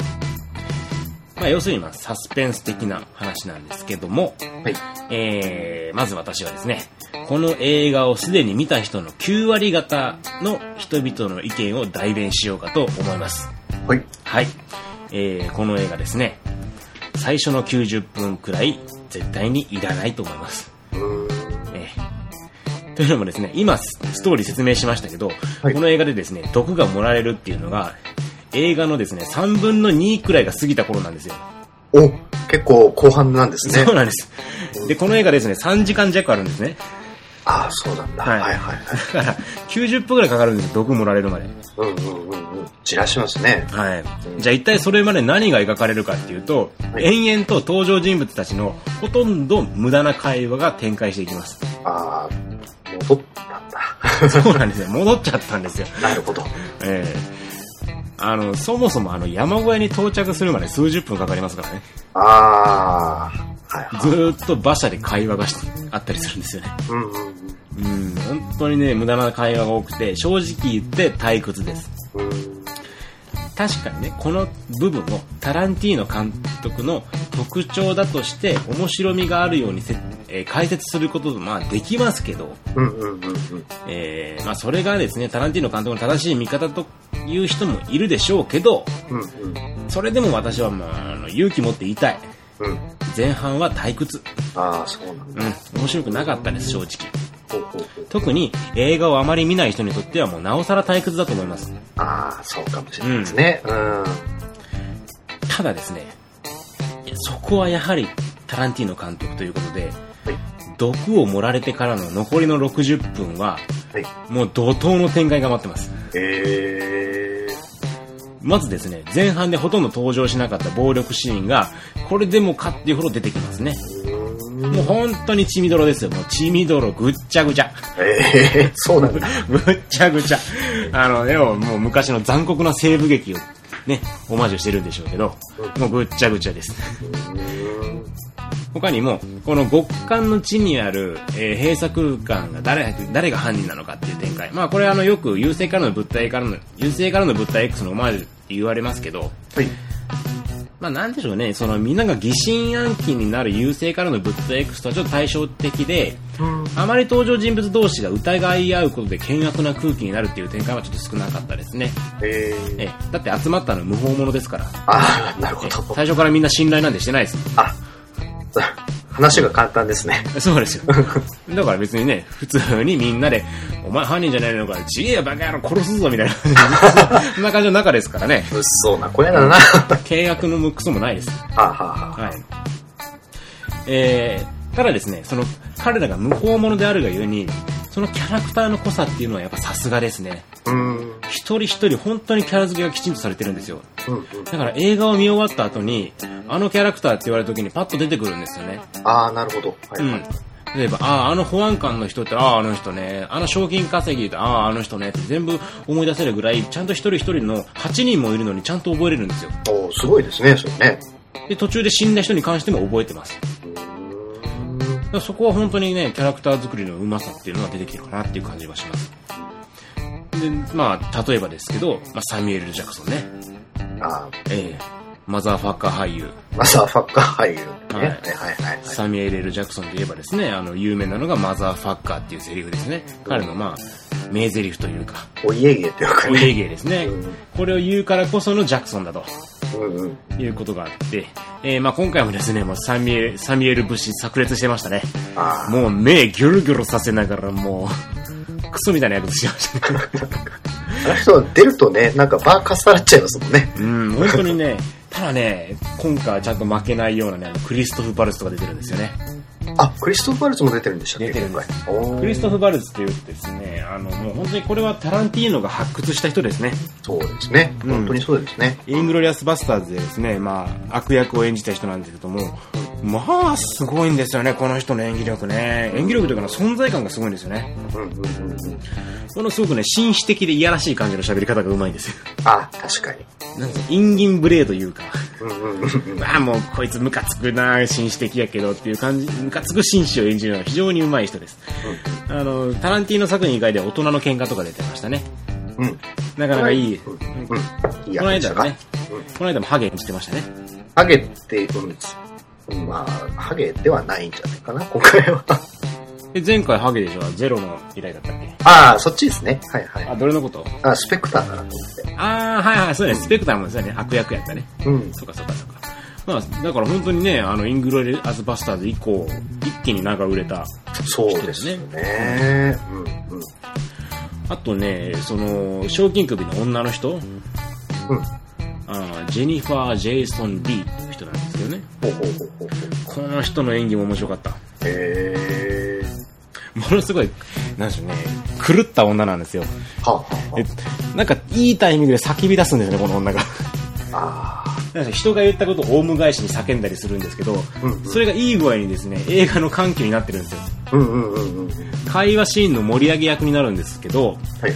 A: まあ、要するにまあサスペンス的な話なんですけども
B: はい。
A: えーまず私はですね、この映画をすでに見た人の9割方の人々の意見を代弁しようかと思います。
B: はい。
A: はい。えーこの映画ですね、最初の90分くらい絶対にいらないと思います。
B: うん。
A: えーというのもですね、今スストーリー説明しましたけど、
B: はい
A: この映画でですね、毒が盛られるっていうのが、映画のですね、3分の2くらいが過ぎた頃なんですよ。
B: お、結構後半なんですね
A: そう。なんです。で、この映画ですね、3時間弱あるんですね。
B: ああ、そうなんだ。
A: は
B: はいいはいはい。
A: だから、90分くら いかかるんですよ、毒盛られるまで。
B: うんうんうんうん。散らしますね。
A: はい。じゃあ一体それまで何が描かれるかっていうと、
B: はい
A: 延々と登場人物たちのほとんど無駄な会話が展開していきます。
B: ああ、戻ったんだ。
A: そうなんですよ。戻っちゃったんですよ。
B: なるほど。
A: ええあの、そもそもあの山小屋に到着するまで数十分かかりますからね。
B: ああ、はいは
A: ずーっと馬車で会話がしあったりするんですよね。
B: い。うんうん
A: うん、本当にね、無駄な会話が多くて、正直言って退屈です。
B: うん。うん
A: 確かにねこの部分をタランティーノ監督の特徴だとして面白みがあるようにせ、えー解説することもまあできますけど、
B: うんうんうんうん。
A: えーまあ、それがですねタランティーノ監督の正しい見方という人もいるでしょうけど
B: うんうん
A: それでも私は、まあ、あの勇気持って言いたい
B: うん。
A: 前半は退屈、
B: ああ、そうなんだ。
A: うん、面白くなかったです正直
B: ほうほうほう。
A: 特に映画をあまり見ない人にとってはもうなおさら退屈だと思います
B: ああ、そうかもしれないですね。うん。
A: ただですねいやそこはやはりタランティーノ監督ということで
B: はい。
A: 毒を盛られてからの残りの60分は
B: はい。
A: もう怒涛の展開が待ってます
B: ええ
A: まずですね前半でほとんど登場しなかった暴力シーンがこれでもかっていうほど出てきますね
B: ー。
A: もう本当に血みどろですよもう血みどろぐっちゃぐちゃ
B: ええそうなんだ。
A: ぐっちゃぐちゃあのでももう昔の残酷な西部劇をねオマージュしてるんでしょうけどもうぐっちゃぐちゃです
B: うん。
A: 他にもこの極寒の地にある、えー閉鎖空間が誰誰が犯人なのかっていう展開まあこれあのよく優勢からの物体からの優勢からの物体 X のオマージュって言われますけど
B: はい。
A: まあなんでしょうねそのみんなが疑心暗鬼になる優勢からの物体 X とはちょっと対照的で
B: うん。
A: あまり登場人物同士が疑い合うことで険悪な空気になるっていう展開はちょっと少なかったですね、
B: ええ
A: ええだって集まったの無法者ですから
B: ああ、なるほ
A: ええ
B: ど。
A: 最初からみんな信頼なんてしてないです
B: あ、話が簡単ですね。
A: そうですよ。だから別にね、普通にみんなで、お前犯人じゃないのか、ちげえよバカ野郎殺すぞみたいな、 そんな感じの中ですからね、
B: うっそうな小屋だな。
A: 契約のムックスもないです。
B: はあ、はあ、
A: はい。えー、ただですね、その、彼らが無法者であるがゆえに、そのキャラクターの濃さっていうのはやっぱさすがですね。
B: うん。うん、
A: 一人一人本当にキャラ付けがきちんとされてるんですよ。
B: うん。
A: だから映画を見終わった後に、あのキャラクターって言われた時にパッと出てくるんですよね。
B: ああ、なるほど。は
A: う
B: い、はい。
A: ん。例えば、ああ、あの保安官の人って、ああ、あの人ね、あの賞金稼ぎって、ああ、あの人ねって全部思い出せるぐらい、ちゃんと一人一人の8人もいるのにちゃんと覚えれるんですよ。
B: おおすごいですね、それね。
A: で、途中で死んだ人に関しても覚えてます。
B: うーん。
A: からそこは本当にねキャラクター作りのうまさっていうのが出てきてるかなっていう感じがしますでまあ例えばですけど、まあ、サミュエル・ジャクソンね
B: あ
A: ええマザーファッカー俳優
B: あ、マザーファッカー俳優ね。
A: は
B: はいいはいはい。
A: サミュエル・ L ジャクソンといえばですねあの有名なのがマザーファッカーっていうセリフですね彼のまあ名セリフというか
B: お家芸っていうか
A: お
B: ね。
A: 家芸ですね
B: うん
A: これを言うからこそのジャクソンだと
B: うんうん。
A: いうことがあって、えーまあ今回もですね、もうサミュエル、サミュエル節炸裂してましたね。
B: ああ、
A: もう目ギョロギョロさせながらもう、クソみたいな役してましたね。
B: あの人出るとね、なんかバーかっさらっちゃいますもんね。
A: うん、本当にね、ただね、今回はちゃんと負けないようなね、あのクリストフ・バルツとか出てるんですよね。
B: あ、クリストフ・バルツも出てるんでしたっけ
A: 出てるんです
B: 今回おー
A: クリストフ・バルツっていうとですね、あの、もう本当にこれはタランティーノが発掘した人ですね。
B: そうですね。
A: うん
B: 本当にそうですね。
A: イングロリアス・バスターズでですね、まあ、悪役を演じた人なんですけども、まあ、すごいんですよね、この人の演技力ね。演技力というかな、存在感がすごいんですよね。
B: うんうんうんうん。
A: そのすごくね、紳士的でいやらしい感じの喋り方がうまいんですよ。
B: あ、確かに。
A: なんか、陰銀無礼というか、
B: うんうんうんうん。
A: ああ、もうこいつムカつくな、紳士的やけどっていう感じ、ムカつく紳士を演じるのは非常にうまい人です。あの、タランティーノ作品以外では大人の喧嘩とか出てましたね。
B: うん。
A: なかなかいい。
B: うん
A: うんこ
B: うん。いや
A: の間はね
B: うん、
A: この間もハゲ演じてましたね。
B: ハゲって、うん、まあ、ハゲではないんじゃないかな、今回は。
A: で前回ハゲでしょ、ゼロの依頼だったっけ
B: ああ、そっちですね。はいは
A: あ、
B: い。
A: どれのこと
B: あ、スペクターだなと思って。
A: ああ、はいはい、そうね、スペクターもですよね、悪役やったね。
B: うん。
A: そうかそうかそうか。まあ、だから本当にね、あの、イングロリアスバスターズ以降、一気に名が売れた。
B: そうですよね。うんうん。
A: あとね、その、賞金首の女の人、
B: うん。
A: あージェニファー・ジェイソン・リーという人なんですけどね。
B: ほうほうほうほうほう。
A: この人の演技も面白かった。
B: へー
A: ものすごい、なんでしょうね、狂った女なんですよ。
B: はあはあは
A: でなんか、いいタイミングで叫び出すんですね、この女が。
B: あ。あ
A: なんか人が言ったことをオウム返しに叫んだりするんですけど、
B: うんうん
A: それがいい具合にですね、映画の歓喜になってるんですよ。
B: あ。うんうんうんうん。
A: 会話シーンの盛り上げ役になるんですけど、
B: はい。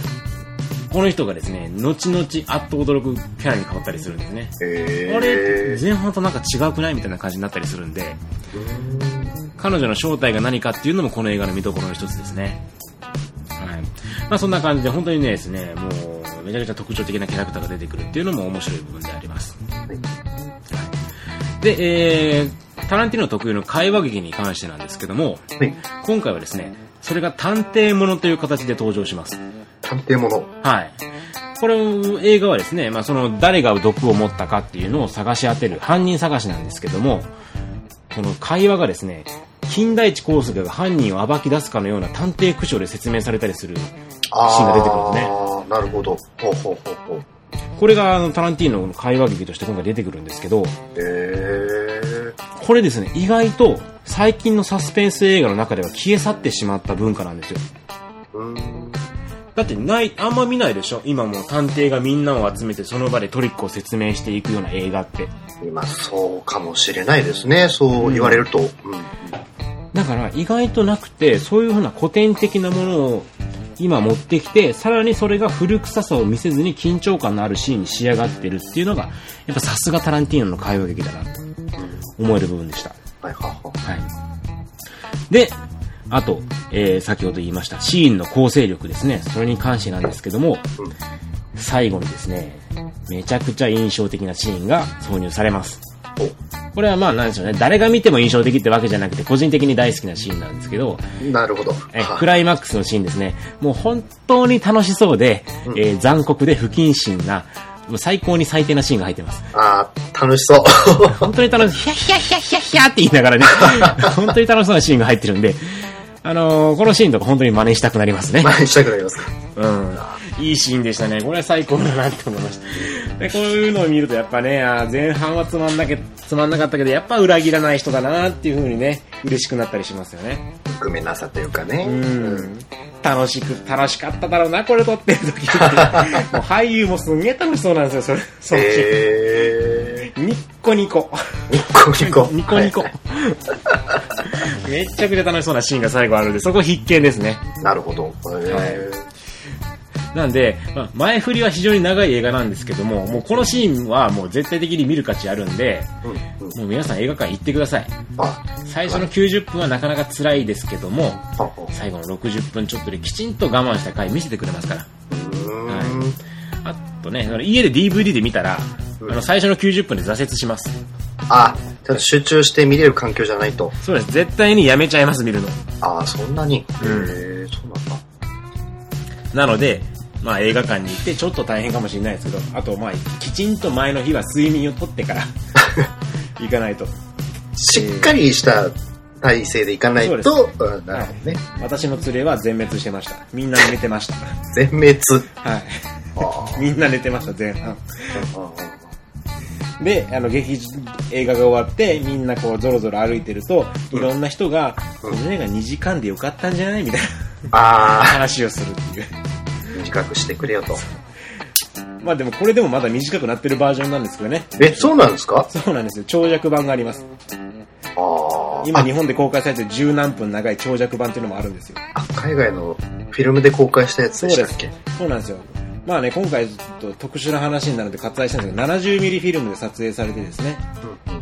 A: この人がですね、後々あっと驚くキャラに変わったりするんですね。
B: へー
A: あれ前半となんか違くないみたいな感じになったりするんで、彼女の正体が何かっていうのもこの映画の見どころの一つですね。はい。まあそんな感じで本当にねですね、もうめちゃくちゃ特徴的なキャラクターが出てくるっていうのも面白い部分であります。で、えー、タランティーノ特有の会話劇に関してなんですけども、
B: はい。
A: 今回はですね、それが探偵ものという形で登場します。
B: 探偵もの。
A: はい。これを映画はですね、まあ、その誰が毒を持ったかっていうのを探し当てる犯人探しなんですけども、この会話がですね、金田一耕助が犯人を暴き出すかのような探偵口調で説明されたりする。シーンが出てくるんですね
B: ああ、なるほど。ほうほうほうほう。
A: これがあのタランティーノの会話劇として今回出てくるんですけど、
B: へー
A: これですね、意外と最近のサスペンス映画の中では消え去ってしまった文化なんですよ。
B: うん。
A: だってない、あんま見ないでしょ今もう探偵がみんなを集めてその場でトリックを説明していくような映画って。
B: 今、そうかもしれないですね。そう言われると。うん。
A: だから意外となくてそういうふうな古典的なものを今持ってきてさらにそれが古臭さを見せずに緊張感のあるシーンに仕上がってるっていうのがやっぱさすがタランティーノの会話劇だなと思える部分でした、
B: はいはは。
A: はい、であと、えー先ほど言いましたシーンの構成力ですねそれに関してなんですけども
B: うん
A: 最後にですねめちゃくちゃ印象的なシーンが挿入されますこれはまあなんでしょうね誰が見ても印象的ってわけじゃなくて個人的に大好きなシーンなんですけど
B: おなるほど。
A: え
B: は
A: クライマックスのシーンですね。もう本当に楽しそうで、えー残酷で不謹慎な、もう最高に最低なシーンが入ってます。
B: ああ、楽しそう。
A: 本当に楽しい、ヒャヒャヒャヒャヒャって言いなが らね、本当に楽しそうなシーンが入ってるんで、あのーこのシーンとか本当に真似したくなりますね。
B: 真似したくなりますか。
A: うん。いいシーンでしたね。これは最高だなって思いました。で、こういうのを見るとやっぱね、あー前半はつまんなけ、つまんなかったけど、やっぱ裏切らない人だなっていう風にね、嬉しくなったりしますよね。
B: ごめんなさというかね。
A: うん楽しく、楽しかっただろうな、これ撮ってる時 って。もう俳優もすんげえ楽しそうなんですよ、それ。そのシーン
B: え
A: ニッコニコ。
B: ー、ニコニコ。
A: ニコニコ
B: はい。
A: めちゃくちゃ楽しそうなシーンが最後あるんで、そこ必見ですね。
B: なるほど。え
A: なんで、まあ前振りは非常に長い映画なんですけども、もうこのシーンはもう絶対的に見る価値あるんで、
B: ーうんうん
A: もう皆さん映画館行ってください
B: あ、
A: 最初の90分はなかなか辛いですけども
B: あ、う
A: 最後の60分ちょっとできちんと我慢した回見せてくれますから
B: ーん。
A: あとねその家で DVD で見たらあ
B: うん
A: の最初の90分で挫折します
B: あ、ちゃんと集中して見れる環境じゃないと。
A: そうです絶対にやめちゃいます見るの
B: ああ、そんなに。へ
A: うん
B: え、そうなんだ。
A: なので、まあ、映画館に行ってちょっと大変かもしれないですけどあとまあきちんと前の日は睡眠をとってから 行かないと
B: しっかりした体勢でいかない
A: そう
B: と、うんなるほどね。
A: 私の連れは全滅してましたみんな寝てました
B: 全滅。
A: はい
B: あー
A: みんな寝てました前半
B: あー
A: であの劇映画が終わってみんなこうぞろぞろ歩いてるといろんな人が、
B: うん
A: この映画2時間でよかったんじゃないみたいな
B: あ
A: 話をするっていう
B: ー、短くしてくれよと。
A: まあでもこれでもまだ短くなってるバージョンなんですけどね
B: え、そうなんですか
A: そうなんですよ長尺版があります
B: あー
A: 今日本で公開されてる十何分長い長尺版っていうのもあるんですよ
B: あ、海外のフィルムで公開したやつでしたっけ
A: そうなんですよまあね今回ちょっと特殊な話になるので割愛したんですけど 70mm フィルムで撮影されてですね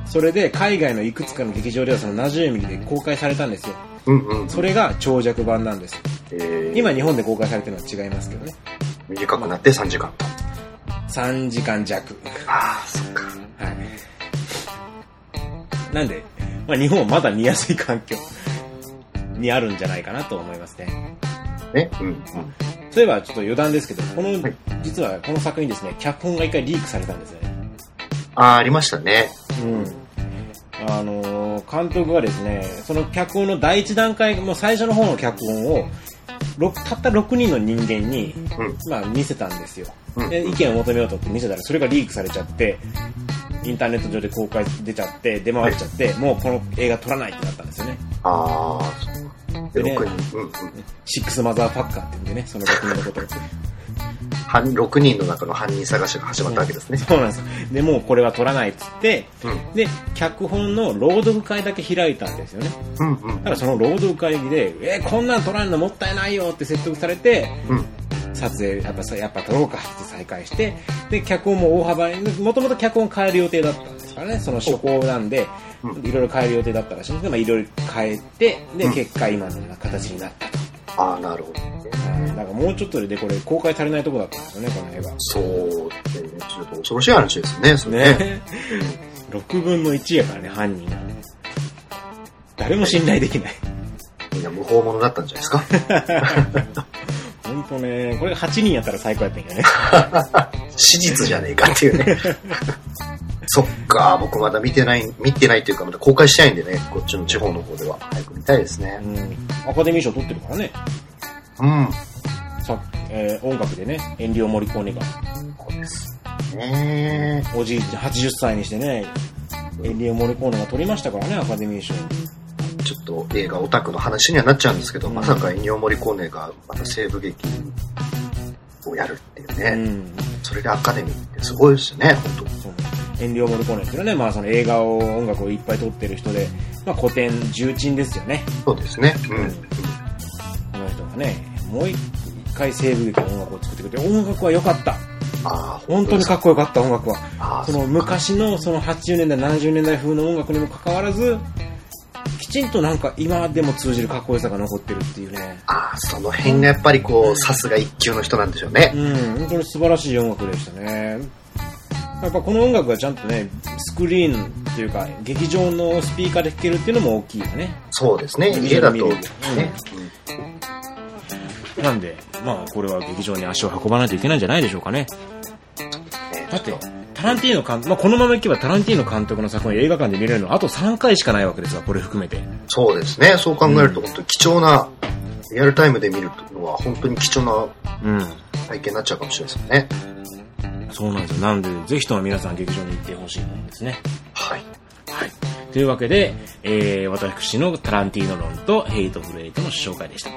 A: それで海外のいくつかの劇場ではその 70mm で公開されたんですよ
B: うんうん。うんうん。
A: それが長尺版なんです
B: えー
A: 今日本で公開されてるのは違いますけどね
B: 短くなって3時間と。
A: 3時間弱
B: あー、そっか。
A: はいなんで、まあ、日本はまだ見やすい環境にあるんじゃないかなと思いますね
B: ね。うんうん。
A: そういえばちょっと余談ですけど、この、
B: はい
A: 実はこの作品ですね、脚本が一回リークされたんですよね。
B: あー、ありましたね。
A: うん。あのー監督がですね、その脚本の第一段階、もう最初の方の脚本を、ろくたった6人の人間に、
B: うん。
A: まあ見せたんですよ。
B: うん
A: で意見を求めようと思って見せたら、それがリークされちゃって、インターネット上で公開出ちゃって、出回っちゃって、もうこの映画撮らないってなったんですよね。
B: あー、そっか。で、
A: でね
B: 6人。うんうん。
A: シックスマザーパッカーって言うんでね、その6人のこと を。
B: 犯6人の中の犯人探しが始まったわけですね。
A: そうなんです。で、もうこれは撮らないっつって、
B: うん。
A: で脚本の朗読会だけ開いたんですよね
B: うんうん
A: た。だその朗読会で「えーこんなん撮らんのもったいないよ」って説得されて
B: うん。
A: 撮影やっぱさやっぱ撮ろうかって再開してで脚本も大幅にもともと脚本変える予定だったんですからねその初稿なんで
B: うん
A: いろいろ変える予定だったらしいんですけどまあいろいろ変えてで
B: うん
A: 結果今のような形になったと
B: ああ、なるほどね。
A: だからもうちょっとでこれ公開されないとこだったんですよねこの映画
B: そうですね。ちょっと恐ろしい話ですね、それね。
A: ね6分の1やからね犯人が誰も信頼でき ない
B: みんな無法者だったんじゃないですか。
A: ほんとね、これが8人やったら最高やったんやね。
B: 史実じゃねえかっていう ね。そっか、僕まだ見てない、見てないというか、まだ公開してないんでね、こっちの地方の方では。早く見たいですね。
A: うん。アカデミー賞取ってるからね。
B: うん。
A: さえー音楽でね、エンリオ・モリコーネが。
B: そうです。ね
A: おじいちゃん80歳にしてね、エンリオ・モリコーネが取りましたからね、アカデミー賞。
B: えちょっと映画オタクの話にはなっちゃうんですけど、
A: うん
B: まさかエニオ・モリコーネがまた西部劇をやるっていうね。
A: うん。
B: それでアカデミーってすごいですよね、本
A: そうエンリオ・モリコーネっていうのはね、まあその映画を、音楽をいっぱい撮ってる人で、まあ古典重鎮ですよね。
B: 当。そうですね。うん。
A: この人がね、もう一回西部劇の音楽を作ってくれて、音楽は良かった。
B: ああ、
A: 本当に
B: です
A: かっこよかった、音楽は。
B: あー
A: その昔のその80年代70年代風の音楽にもかかわらずきちんとなんか今でも通じるかっこよさが残ってるっていうね
B: あーその辺がやっぱりこう、さすが一級の人なんでしょうね。
A: うん本当に素晴らしい音楽でしたねやっぱこの音楽がちゃんとねスクリーンっていうか劇場のスピーカーで聴けるっていうのも大きいよね
B: そうですね。
A: うん
B: 家だと、
A: うん
B: ね。
A: なんでまあこれは劇場に足を運ばないといけないんじゃないでしょうかね
B: ね
A: だってタランティーノ監督、まあ、このままいけばタランティーノ監督の作品映画館で見れるのはあと3回しかないわけですわこれ含めて
B: そうですね。そう考えると、本当に貴重な、リアルタイムで見るのは本当に貴重な
A: うん
B: 体験になっちゃうかもしれないですよね。
A: そうなんですよ。なんで、ぜひとも皆さん劇場に行ってほしいもんですね。
B: はい。
A: はい。というわけで、えー、私のタランティーノ論とヘイトフルエイトの紹介でした。